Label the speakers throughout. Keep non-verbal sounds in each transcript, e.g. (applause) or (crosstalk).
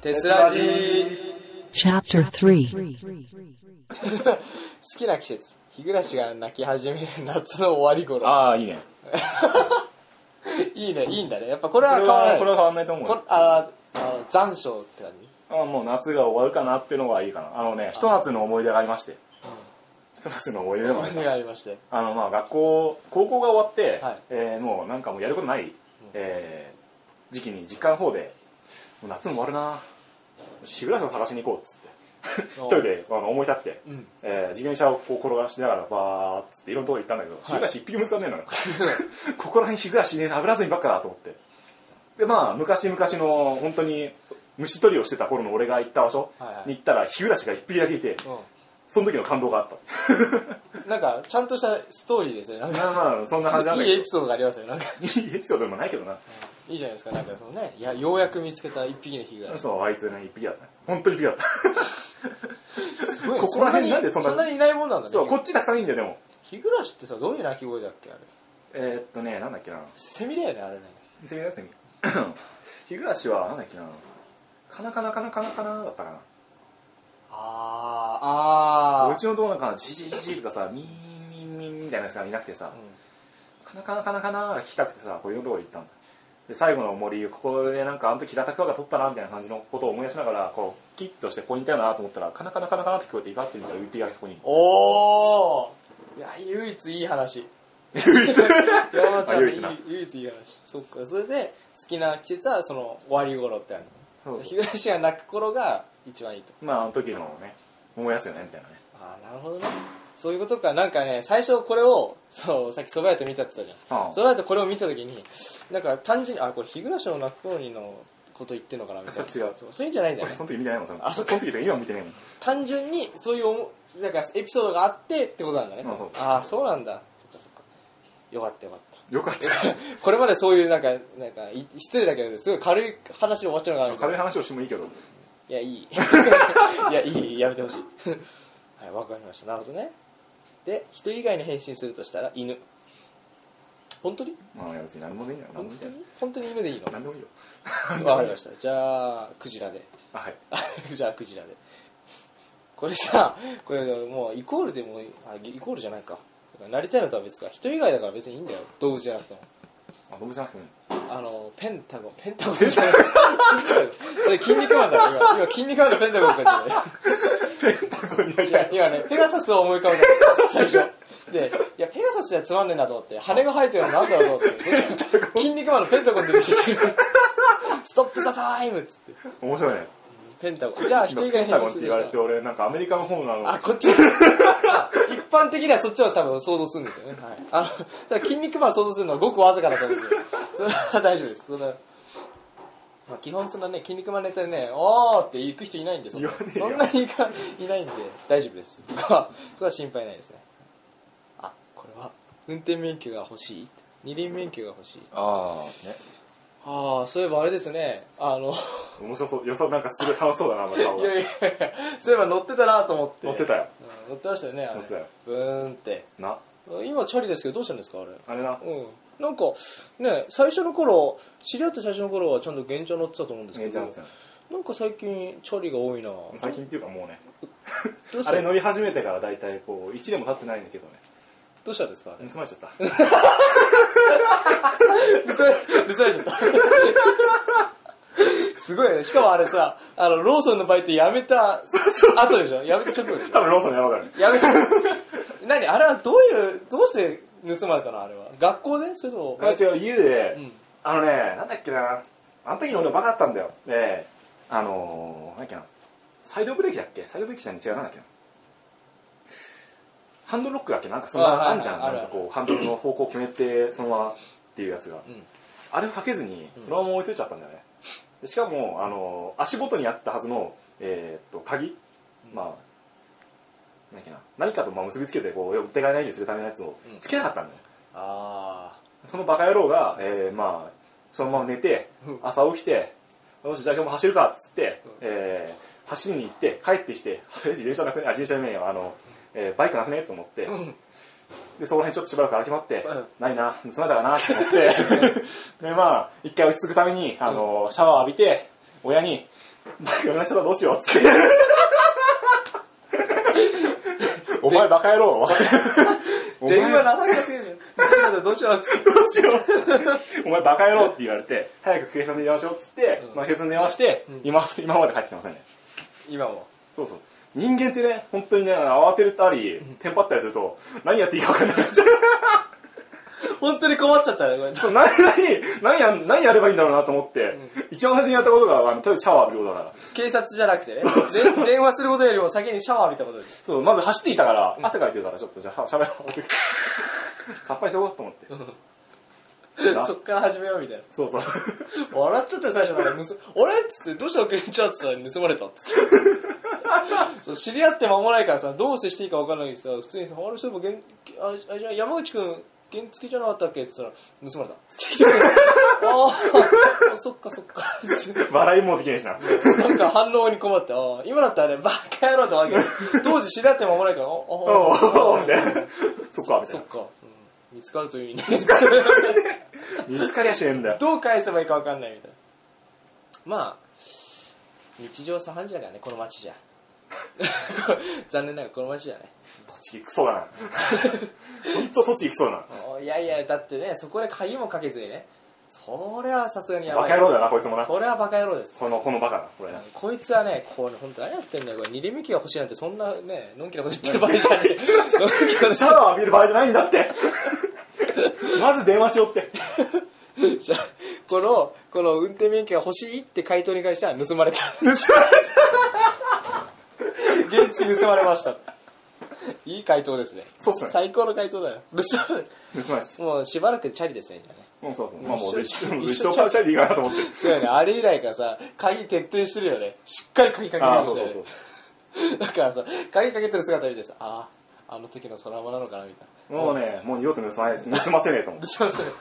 Speaker 1: テスラジー
Speaker 2: Chapter 3
Speaker 1: 好きな季節日暮らしが泣き始める夏の終わり頃
Speaker 3: ああ、いいね。
Speaker 1: いいねいいんだねやっぱこれ
Speaker 3: こ
Speaker 1: は
Speaker 3: れ
Speaker 1: 変わらな
Speaker 3: は、
Speaker 1: い
Speaker 3: これは変わんないと思う
Speaker 1: これ
Speaker 3: よ。
Speaker 1: あーあー残暑って感じ
Speaker 3: あもう夏が終わるかなっていうのがいいかな。あのね、ひと夏の思い出がありまして。ひと夏の思い出でもない
Speaker 1: お願いまして
Speaker 3: あのまあ学校高校が終わって、
Speaker 1: はい
Speaker 3: えーもうなんかもうやることない、えー時期に実家の方でもう夏も終わるな日暮らしを探しに行こうっつって一人であの思い立って、
Speaker 1: うん
Speaker 3: えー自転車をこう転がしながらバーっつっていろんなところ行ったんだけど、日暮らし一匹も見つかんねえのよ (laughs) ここら辺日暮らしね油積みばっかだと思ってでまあ昔々の本当に虫取りをしてた頃の俺が行った場所
Speaker 1: はいはい
Speaker 3: に行ったら日暮らしが一匹だけいて
Speaker 1: う
Speaker 3: その時の感動があった
Speaker 1: んなんかちゃんとしたストーリーですねなんか
Speaker 3: まあまあそんな感じなんだ
Speaker 1: い
Speaker 3: け
Speaker 1: い
Speaker 3: ど
Speaker 1: エピソードがありますよなんか
Speaker 3: いいエピソードでもないけどな、
Speaker 1: いいじゃないですかなんかそのねいやようやく見つけた一匹の日暮らし
Speaker 3: そうあいつね一匹だった本当に一匹だった
Speaker 1: すごい
Speaker 3: ここら辺なんでそんな
Speaker 1: そんなにいないもんなんだね
Speaker 3: そうこっちたくさんいいんだよでも
Speaker 1: 日暮らしってさどういう鳴き声だっけあれ
Speaker 3: えーっとねなんだっけな
Speaker 1: セミだよねあれね
Speaker 3: セミだよセミ (coughs) 日暮らしはなんだっけなかなかなかなかなかなだったかな
Speaker 1: あーあ
Speaker 3: うちのとこなんかジジジジとかさミンミンミンみたいなのしかいなくてさ、かなかなかなかなが聞きたくてさこういうとこ行ったんだで最後の森ここでなんかあの時平田クワが取ったなみたいな感じのことを思い出しながらこうキッとしてここにいたよなと思ったらかなかなかなかなって聞こえていばってみたら浮いてがそこに
Speaker 1: おおいや唯一いい話 (laughs) 山ちゃんの
Speaker 3: 唯一な
Speaker 1: 唯唯一いい話そっかそれで好きな季節はその終わり頃ってある
Speaker 3: そうそう
Speaker 1: 日暮らしが泣く頃が一番いいと
Speaker 3: まああの時のね思い出すよねみたいなね
Speaker 1: ああなるほどねそういうことかなんかね最初これをそうさっき蕎麦屋と見たって言ったじゃ
Speaker 3: あ
Speaker 1: ん
Speaker 3: あ
Speaker 1: 蕎麦屋とこれを見た時になんか単純にあこれ日暮らしの泣く頃にのこと言ってんのかなみたいな
Speaker 3: それ違う
Speaker 1: そうそういうんじゃないんだよ
Speaker 3: 俺
Speaker 1: ね
Speaker 3: その時見てないもんその
Speaker 1: あそ
Speaker 3: そうの時とか今も見てないもん
Speaker 1: 単純にそういう思うなんかエピソードがあってってことなんだね
Speaker 3: うんそうそう
Speaker 1: ああそうなんだそっかそっかよかったよかった
Speaker 3: よかった
Speaker 1: これまでそういうなんかなんかい失礼だけどすごい軽い話で終わっちゃうのかなみたい
Speaker 3: 軽い
Speaker 1: な
Speaker 3: 話をしてもいいけど
Speaker 1: いやいいい (laughs) やいいやめてほしいはいわかりましたなるほどねで人以外に変身するとしたら犬本当に
Speaker 3: まあいや別に何もでいいんだよ何
Speaker 1: 本
Speaker 3: もいいん
Speaker 1: 当
Speaker 3: だよ
Speaker 1: に本当に犬でいいの
Speaker 3: 何でもいいよ
Speaker 1: わかりましたじゃあクジラで
Speaker 3: あはい
Speaker 1: (laughs) じゃあクジラでこれさこれもうイコールでもあイコールじゃないかなりたいのとは別か人以外だから別にいいんだよ動物じゃなくても
Speaker 3: あ動物じゃなくてもいい
Speaker 1: あの、ペンタゴン、ペンタゴンじゃない。 (laughs) それ筋肉マンだよ、今。今、筋肉マンのペンタゴンかじゃ
Speaker 3: タコにあ
Speaker 1: な
Speaker 3: げ
Speaker 1: い。いや、今ね、ペガサスを思い浮かべたんですよ、最初。で、いや、ペガサスじゃつまんねえなと思って、羽が生えてるのなんだろうと思って、筋肉マンのペンタゴンで見せてる。ストップザタイムっつって。
Speaker 3: 面白いね
Speaker 1: ペンタゴン。じゃあ、人
Speaker 3: 今
Speaker 1: 以外
Speaker 3: ペ
Speaker 1: に
Speaker 3: ンタ
Speaker 1: 変
Speaker 3: ゴ
Speaker 1: 身
Speaker 3: ンっ
Speaker 1: す
Speaker 3: て
Speaker 1: る
Speaker 3: 言
Speaker 1: と
Speaker 3: わ
Speaker 1: し
Speaker 3: れて
Speaker 1: たら
Speaker 3: 俺なんかアメリカの方なの
Speaker 1: あ、こ (laughs) っち。一般的にはそっちを多分想像するんですよね。はい。あの、だから筋肉マン想像するのはごくわずかだと思うんで、それは大丈夫です。それはまあ、基本そんなね、筋肉マンネタでね、おーって行く人いないんで、そんな
Speaker 3: 言わねえよ
Speaker 1: そんなにいかいないんで、大丈夫です。そこは、そこは心配ないですね。あ、これは、運転免許が欲しい二輪免許が欲しい。
Speaker 3: あね
Speaker 1: ああ、そういえばあれですね、あ
Speaker 3: (laughs)
Speaker 1: の、
Speaker 3: 面白そうよさなんかすごい楽しそうだなあの顔
Speaker 1: い
Speaker 3: が
Speaker 1: やいやいや、そういえば乗ってたなと思って。
Speaker 3: 乗ってたよ
Speaker 1: うん乗ってましたよね、あれ。
Speaker 3: 乗ってたよ
Speaker 1: ブーンって。
Speaker 3: な
Speaker 1: 今チャリですけどどうしたんですかあれ
Speaker 3: あれな
Speaker 1: うんなんかね最初の頃知り合って最初の頃はちゃんと現状乗ってたと思うんですけ
Speaker 3: 現
Speaker 1: ど
Speaker 3: 状ですよ
Speaker 1: なんか最近チャリが多い (laughs) な
Speaker 3: 最近っていうかもうね
Speaker 1: どうした
Speaker 3: あれ乗り始めてから大体こう1年も経ってないんだけどね
Speaker 1: どうしたんですか (laughs) あれ
Speaker 3: 盗まれちゃった
Speaker 1: 盗まれちゃった (laughs) すごいねしかもあれさあのローソンのバイト辞めた後でしょ辞めた直後でし
Speaker 3: 多分ローソンの山だね
Speaker 1: ょ (laughs) 辞めた何あれはどういうどうして盗まれたのあれは学校でそれとも
Speaker 3: あ違う家で、
Speaker 1: うん
Speaker 3: あのねなんだっけなあの時の俺バカだったんだよであのー、なんだっけなサイドブレーキだっけサイドブレーキじゃん違うなんだっけなハンドルロックだっけなんかそん
Speaker 1: あはいは
Speaker 3: ないあんじゃん
Speaker 1: あ
Speaker 3: な
Speaker 1: る
Speaker 3: んかこうハンドルの方向を決めてそのままっていうやつが、
Speaker 1: ん
Speaker 3: あれをかけずにそのまま置いといちゃったんだよね、でしかも、あのー足元にあったはずの、えーっと鍵、まあなんだっけな何かとまあ結びつけてこう手がないようにするためのやつを
Speaker 1: うん
Speaker 3: つけなかったんだよ、
Speaker 1: あ
Speaker 3: そのバカ野郎が、えーまあ、そのまま寝て
Speaker 1: うん、
Speaker 3: 朝起きて、よし、じゃあ今日も走るかっつって
Speaker 1: うん、
Speaker 3: えー走りに行って、帰ってきて、あれ自転車なくね、あ、自転車じゃねえよ、あの、えーバイクなくねと思って、
Speaker 1: ん
Speaker 3: で、そこら辺ちょっとしばらく歩き回って、
Speaker 1: うん
Speaker 3: ないな、盗まれたかなと思
Speaker 1: (laughs)
Speaker 3: って、で、まあ、一回落ち着くために、あの、シャワー浴びて、親に、バカがちゃったどうしようっつって。 (laughs) お前バカ野郎お前
Speaker 1: 電話情けなすぎるじゃん。 (laughs) そうだどうしようっつって。
Speaker 3: どうしよう。お前バカ野郎って言われて、早く警察に電話しようっつって、
Speaker 1: うん
Speaker 3: まあ警察に電話して、
Speaker 1: うん
Speaker 3: 今、今まで帰ってきてませんね。
Speaker 1: 今も。
Speaker 3: そうそう。人間ってね、本当にね、慌てるとあり、テンパったりすると、何やっていいか分かんなくなっちゃう。 (laughs)
Speaker 1: 本当に困っちゃったね、これ。
Speaker 3: そう何、何、何や、何やればいいんだろうなと思って、一番最初にやったことが、あの、とりあえずシャワー浴びることだから。
Speaker 1: 警察じゃなくてね。で電話することよりも先にシャワー浴びたことです。
Speaker 3: そう、まず走ってきたから、汗かいてるから、ちょっと、じゃあ、しゃべろう。 (laughs) さっぱりしようと思って。な
Speaker 1: そっから始めようみたいな。
Speaker 3: そう (laughs) そう。
Speaker 1: 笑っちゃったよ最初なんか盗あれっつって、どうしたのケンちゃんっつったら盗まれたっつって。そう知り合って間もないからさ、どう接していいか分からないけどさ、普通にさ、あれそういえばげん、あれあれじゃない山口くん、原付じゃなかったっけっつったら、盗まれた。つって来てくれたああ、そっかそっか。つって
Speaker 3: 笑いもできないしな。
Speaker 1: なんか反応に困って、ああ、今だったらね、バカ野郎ってわけど当時知り合って間もないから、ああ、
Speaker 3: おー、
Speaker 1: あ
Speaker 3: みたいな。そっか、
Speaker 1: あ
Speaker 3: みた
Speaker 1: そ
Speaker 3: い
Speaker 1: っ
Speaker 3: な。
Speaker 1: か。うん見つかるという意味ない
Speaker 3: 見つかりゃしねえんだよ。
Speaker 1: どう返せばいいか分かんないみたいなまあ日常茶飯事だからねこの街じゃ (laughs) 残念ながらこの街じゃね
Speaker 3: 栃木クソ (laughs) だな。ほんと栃木クソだな。
Speaker 1: おいやいやだってねそこで鍵もかけずにねそれはさすがにやば
Speaker 3: バ
Speaker 1: い
Speaker 3: カ野郎だな、こいつもな。
Speaker 1: それはバカ野郎です
Speaker 3: この、このバカな、これな。
Speaker 1: こいつはね、これ本当何やってんだよ、これ、二輪ミキが欲しいなんて、そんなね、のんきなこと言ってる場合じゃ (laughs) ない。のんきな
Speaker 3: (laughs) シャワー浴びる場合じゃないんだ (laughs) って。まず電話しようって。
Speaker 1: (laughs) じゃあこの、この運転免許が欲しいって回答に関しては盗まれた。盗まれた原付盗まれました。いい回答ですね。
Speaker 3: そうっすね
Speaker 1: 最高の回答だよ。盗まれ
Speaker 3: 盗まれし。
Speaker 1: もうしばらくチャリですね、今ね。
Speaker 3: もうそうそう。まあも
Speaker 1: 一
Speaker 3: う、一
Speaker 1: 緒に
Speaker 3: 生からシャリでいいかなと思って。 (laughs)
Speaker 1: そうよね、あれ以来からさ、鍵徹底してるよね。しっかり鍵かけて
Speaker 3: あ
Speaker 1: ま
Speaker 3: あ、そう
Speaker 1: した
Speaker 3: そ
Speaker 1: よ
Speaker 3: う
Speaker 1: ね
Speaker 3: そう。。
Speaker 1: だからさ、鍵かけてる姿見てさ、ああ、あの時の空間なのかな、みたいな。
Speaker 3: もうね、もう二度と盗まない盗ませねえと (laughs) 思
Speaker 1: 盗ませる。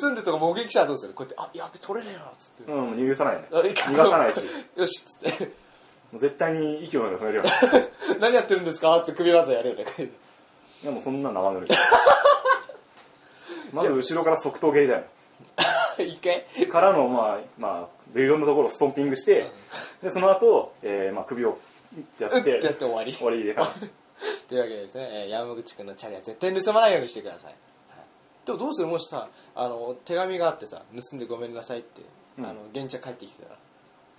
Speaker 1: 盗んでとか目撃者はどうするこうやって、あ、やべ、取れねえな、つって。
Speaker 3: う。うん、逃がさないね。
Speaker 1: あいかん
Speaker 3: 逃がさない (laughs) し。
Speaker 1: (laughs) よし、つって。
Speaker 3: もう絶対に息をのんで (laughs) 染めるよ。
Speaker 1: (laughs) 何やってるんですかって首技やるよね。 (laughs)
Speaker 3: でもそんな生 (laughs) ぬるい。まず後ろから即答蹴りだよ。
Speaker 1: 一回
Speaker 3: からの、まあ、まあ、いろんなところをストンピングして、で、その後、えー、まあ、首を、や
Speaker 1: う
Speaker 3: っ
Speaker 1: って
Speaker 3: て、
Speaker 1: やって終わり。
Speaker 3: 終わりでか
Speaker 1: というわけでですね、えー山口くんのチャリは絶対盗まないようにしてください。はいでもどうするもしさ、あの、手紙があってさ、盗んでごめんなさいって、
Speaker 3: うん
Speaker 1: あの、現地帰ってきてたら。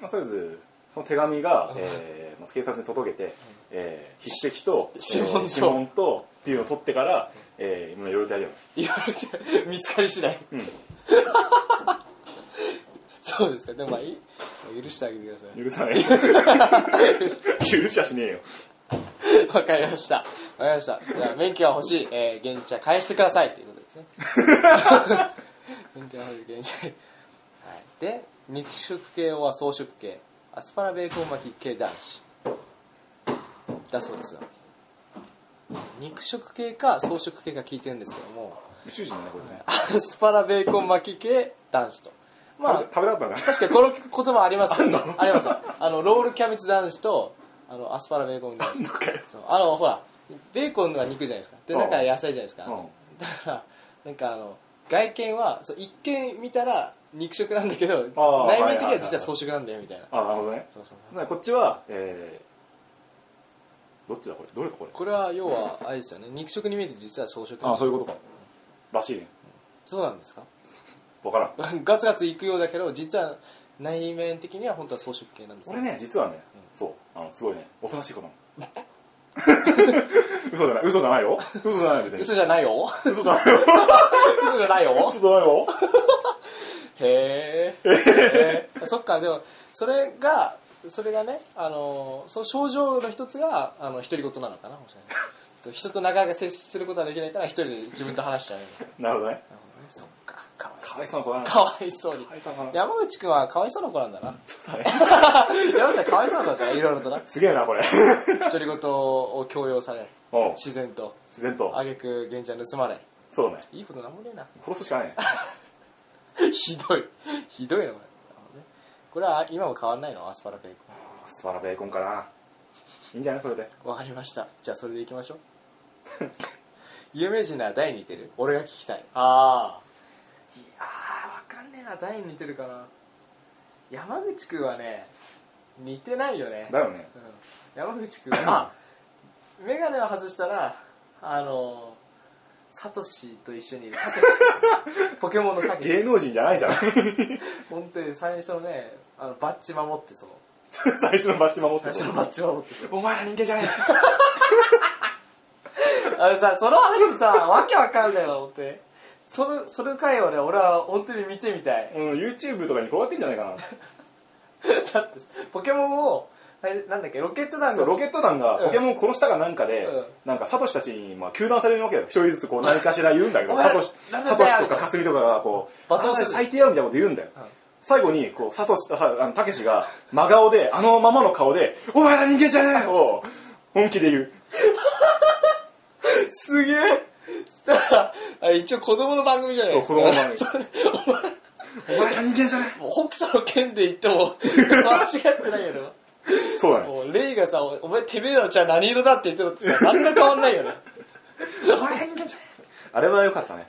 Speaker 3: まあ、とりあえず、その手紙が、えーまあ警察に届けて、えー筆跡と、えー
Speaker 1: 指紋と
Speaker 3: 指紋と、っていうのを取ってから、えー、今いろいろとやるよ。
Speaker 1: 言われて、見つかり次第。
Speaker 3: う
Speaker 1: (laughs) そうですか。でもまあいい。許してあげてください。
Speaker 3: ん、許さない。許しゃしねえよ。
Speaker 1: (laughs) わかりました。わかりました。じゃあ、免許は欲しい。えー、現地は返してください。ということですね。免許は欲しい、現地は。はい。で、肉食系は草食系。アスパラベーコン巻き系男子。だそうですが。肉食系か草食系か聞いてるんですけども、
Speaker 3: 宇宙人だね、こいつね。
Speaker 1: アスパラベーコン巻き系男子と。まあ
Speaker 3: 食べ、食べたかったんじゃ
Speaker 1: 確かにこの言葉ありますよありますあのロールキャベツ男子とあのアスパラベーコン男子
Speaker 3: かよ
Speaker 1: そうあのほらベーコンは肉じゃないですかで
Speaker 3: うん
Speaker 1: 中は野菜じゃないですか、
Speaker 3: うん
Speaker 1: だからなんかあの外見はそう一見見たら肉食なんだけど
Speaker 3: あー
Speaker 1: 内面的に
Speaker 3: はいはいは
Speaker 1: はい実は草食なんだよみたいな
Speaker 3: あ、なるほどね。
Speaker 1: そうそうそう
Speaker 3: なこっちは、えー、どっちだこれどれだこれ
Speaker 1: これは要はあれですよね肉食に見えて実は草食
Speaker 3: あそういうことか。らしいね。
Speaker 1: そうなんですか (laughs)
Speaker 3: わからん。
Speaker 1: ガツガツいくようだけど実は内面的には本当は草食系なんですよ
Speaker 3: 俺ね、実はね、そう、あの、すごいね、おとなしい子なの。嘘じゃない、嘘じゃないよ。嘘じゃないよ、別に。
Speaker 1: 嘘じゃないよ (laughs)
Speaker 3: 嘘じゃないよ。
Speaker 1: 嘘じゃないよ
Speaker 3: 嘘じゃないよ。
Speaker 1: へえ。そっか、でも、それが、それがね、あの、その症状の一つが、あの、独り言なのかな、もしかしたらそう人となかなか接することはできないから、一人で自分と話しちゃう。なる
Speaker 3: なるほどね。
Speaker 1: ほどねそっか、かわい
Speaker 3: かわいそうな子だな。
Speaker 1: かわいそうに
Speaker 3: か。わいそうな子だな。
Speaker 1: 山口くんはかわいそうな子なんだ (laughs) な。
Speaker 3: そうだね。
Speaker 1: 山口はかわいそうな子だから、いろいろとな。
Speaker 3: (laughs) すげえな、これ。
Speaker 1: 独り言を強要され、
Speaker 3: うん
Speaker 1: 自然と。
Speaker 3: 自然と。
Speaker 1: あげく、現地は盗まれ。
Speaker 3: そうだね。
Speaker 1: いいことなんもねえな。
Speaker 3: 殺すしかないね。
Speaker 1: ひどい。ひどいな、これ。なるほどねこれは今も変わんないのアスパラベーコン。
Speaker 3: スパラベーコンかな。いいんじゃないそれで。
Speaker 1: わかりました。じゃあそれでいきましょう。 (laughs) 有名人なら誰に似てる俺が聞きたい。ああ。いやー、わかんねえな。誰に似てるかな。山口くんはね、似てないよね、
Speaker 3: だよね
Speaker 1: うん、山口君あ眼鏡を外したらあのサトシと一緒 (laughs) にいるタケシポケモンのタケシ
Speaker 3: 芸能人じゃないじゃん (laughs)
Speaker 1: 本当に最初のねあのバッジ守ってそう
Speaker 3: 最初のバッジ守って
Speaker 1: 最初のバッジ守ってそう
Speaker 3: お前ら人間じゃない
Speaker 1: あのさ、その話さ、わけわかんないわ、思って。その、その回をね、俺は本当に見てみたい。
Speaker 3: うん YouTube とかに転がってんじゃないか
Speaker 1: だって、ポケモンを、あれなんだっけ、ロケット団
Speaker 3: な
Speaker 1: が
Speaker 3: そうロケット団が
Speaker 1: うん
Speaker 3: ポケモンを殺したかなんかで、
Speaker 1: うん
Speaker 3: なんかサトシたちにまあ糾弾されるわけだよ一人ずつこう何かしら言うんだけ
Speaker 1: お
Speaker 3: ど
Speaker 1: 前
Speaker 3: サトシ
Speaker 1: なんだ
Speaker 3: サ
Speaker 1: よ
Speaker 3: トシとかカスミとかがこう
Speaker 1: 罵倒する
Speaker 3: あんた最低やみたいなこと言うんだよ、
Speaker 1: うん
Speaker 3: 最後にこうサトシああのたけしが真顔であのままの顔で「お前ら人間じゃねえ!」を本気で言う
Speaker 1: すげえそしたら、あれ一応子供の番組じゃないですか。
Speaker 3: そう子供の番組
Speaker 1: それお前
Speaker 3: 「お前ら人間じゃね
Speaker 1: もう北斗の剣で言っても、間違ってないよね。
Speaker 3: え!」そうだね
Speaker 1: もう、レイがさ、おお前てめえの茶何色だって言ってもってさ、何ら変わんないよね。
Speaker 3: 「お前ら人間じゃねえ!」あれは良かったね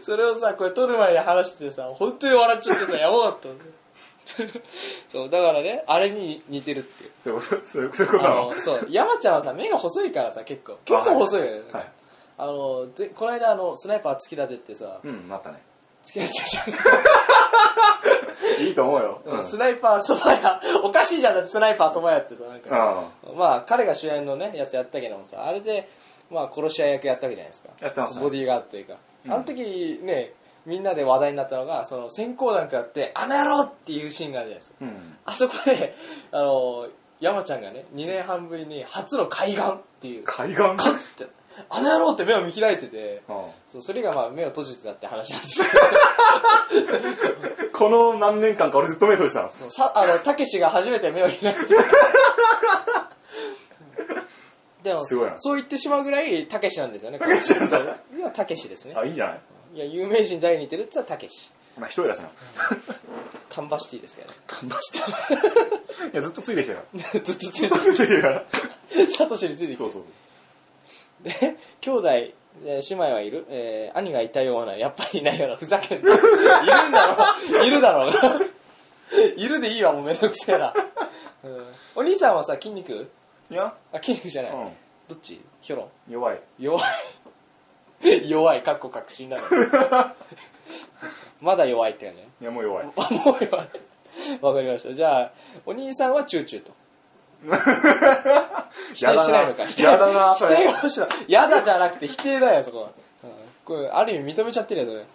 Speaker 1: そそれをさこれ撮る前に話しててさ本当に笑っちゃってさやばかったんだよそうだからねあれに似てるっていう
Speaker 3: そういうことそういうこと
Speaker 1: あ
Speaker 3: な
Speaker 1: の (laughs)
Speaker 3: の
Speaker 1: そう山ちゃんはさ目が細いからさ結構結構細いよね、
Speaker 3: はい
Speaker 1: あのぜこの間あのスナイパー突き立てってさ
Speaker 3: うんなったね
Speaker 1: 突き立てじ
Speaker 3: いいと思うよ、
Speaker 1: ゃん、
Speaker 3: うん
Speaker 1: スナイパーそば屋おかしいじゃんだってスナイパーそば屋ってさなんか、
Speaker 3: あ
Speaker 1: まあ彼が主演のねやつやったけどもさあれでまあ殺し屋役やったわけじゃないですか
Speaker 3: やってましたね
Speaker 1: ボディーガードというか、
Speaker 3: うん
Speaker 1: あの時ねみんなで話題になったのがその先行団かって「あの野郎!」っていうシーンがあるじゃないですか
Speaker 3: あうん
Speaker 1: あそこであの山ちゃんがね2年半ぶりに初の海岸っていう
Speaker 3: 海岸か
Speaker 1: カッてあの野郎って目を見開いてて
Speaker 3: こ
Speaker 1: そうそれがまあ目を閉じてたって話なんですけ
Speaker 3: の何年間か俺ずっと目閉じてたの
Speaker 1: どさあのたけしが初めて目を開い
Speaker 3: (laughs)
Speaker 1: てでも
Speaker 3: すごいな
Speaker 1: そう言ってしまうぐらいたけしなんですよねた
Speaker 3: たけしなんだ
Speaker 1: 今たけしですね
Speaker 3: あいいんじゃない
Speaker 1: いや有名人誰に似てるって言ったらたけし
Speaker 3: まあ一人だしな
Speaker 1: タンバシティですけどね (laughs)
Speaker 3: 頑張していやずっとついてきたよ
Speaker 1: ずっとついて
Speaker 3: ずっとついてきたから
Speaker 1: サトシについてきて
Speaker 3: そうそう
Speaker 1: で兄弟、えー姉妹はいる、えー兄がいたようなやっぱりいないようなふざ
Speaker 3: (laughs)
Speaker 1: けんないるんだろいるだろうがいるでいいわもうめんどくせえな、うんお兄さんはさ筋肉
Speaker 3: いや
Speaker 1: あ筋肉じゃない、
Speaker 3: うん
Speaker 1: どっちヒョロン
Speaker 3: 弱い
Speaker 1: 弱い弱いかっこ確信なのまだ弱いって感じね
Speaker 3: いやもう弱い
Speaker 1: あもう弱いわかりましたじゃあお兄さんはチュー
Speaker 3: (laughs)
Speaker 1: チューと否定しないのか否定
Speaker 3: やだなそ
Speaker 1: 否定
Speaker 3: れ
Speaker 1: が欲しいのやだじゃなくて否定だよそこは、うんこれある意味認めちゃってるよそれなる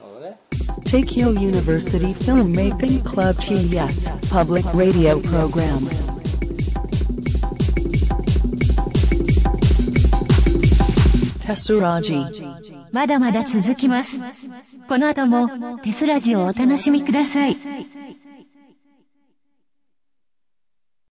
Speaker 1: ほどね
Speaker 2: Tokyo University Filmmaking Club TES public radio program. Tesuraji.
Speaker 4: まだまだ続きます。この後もテスラジをお楽しみください。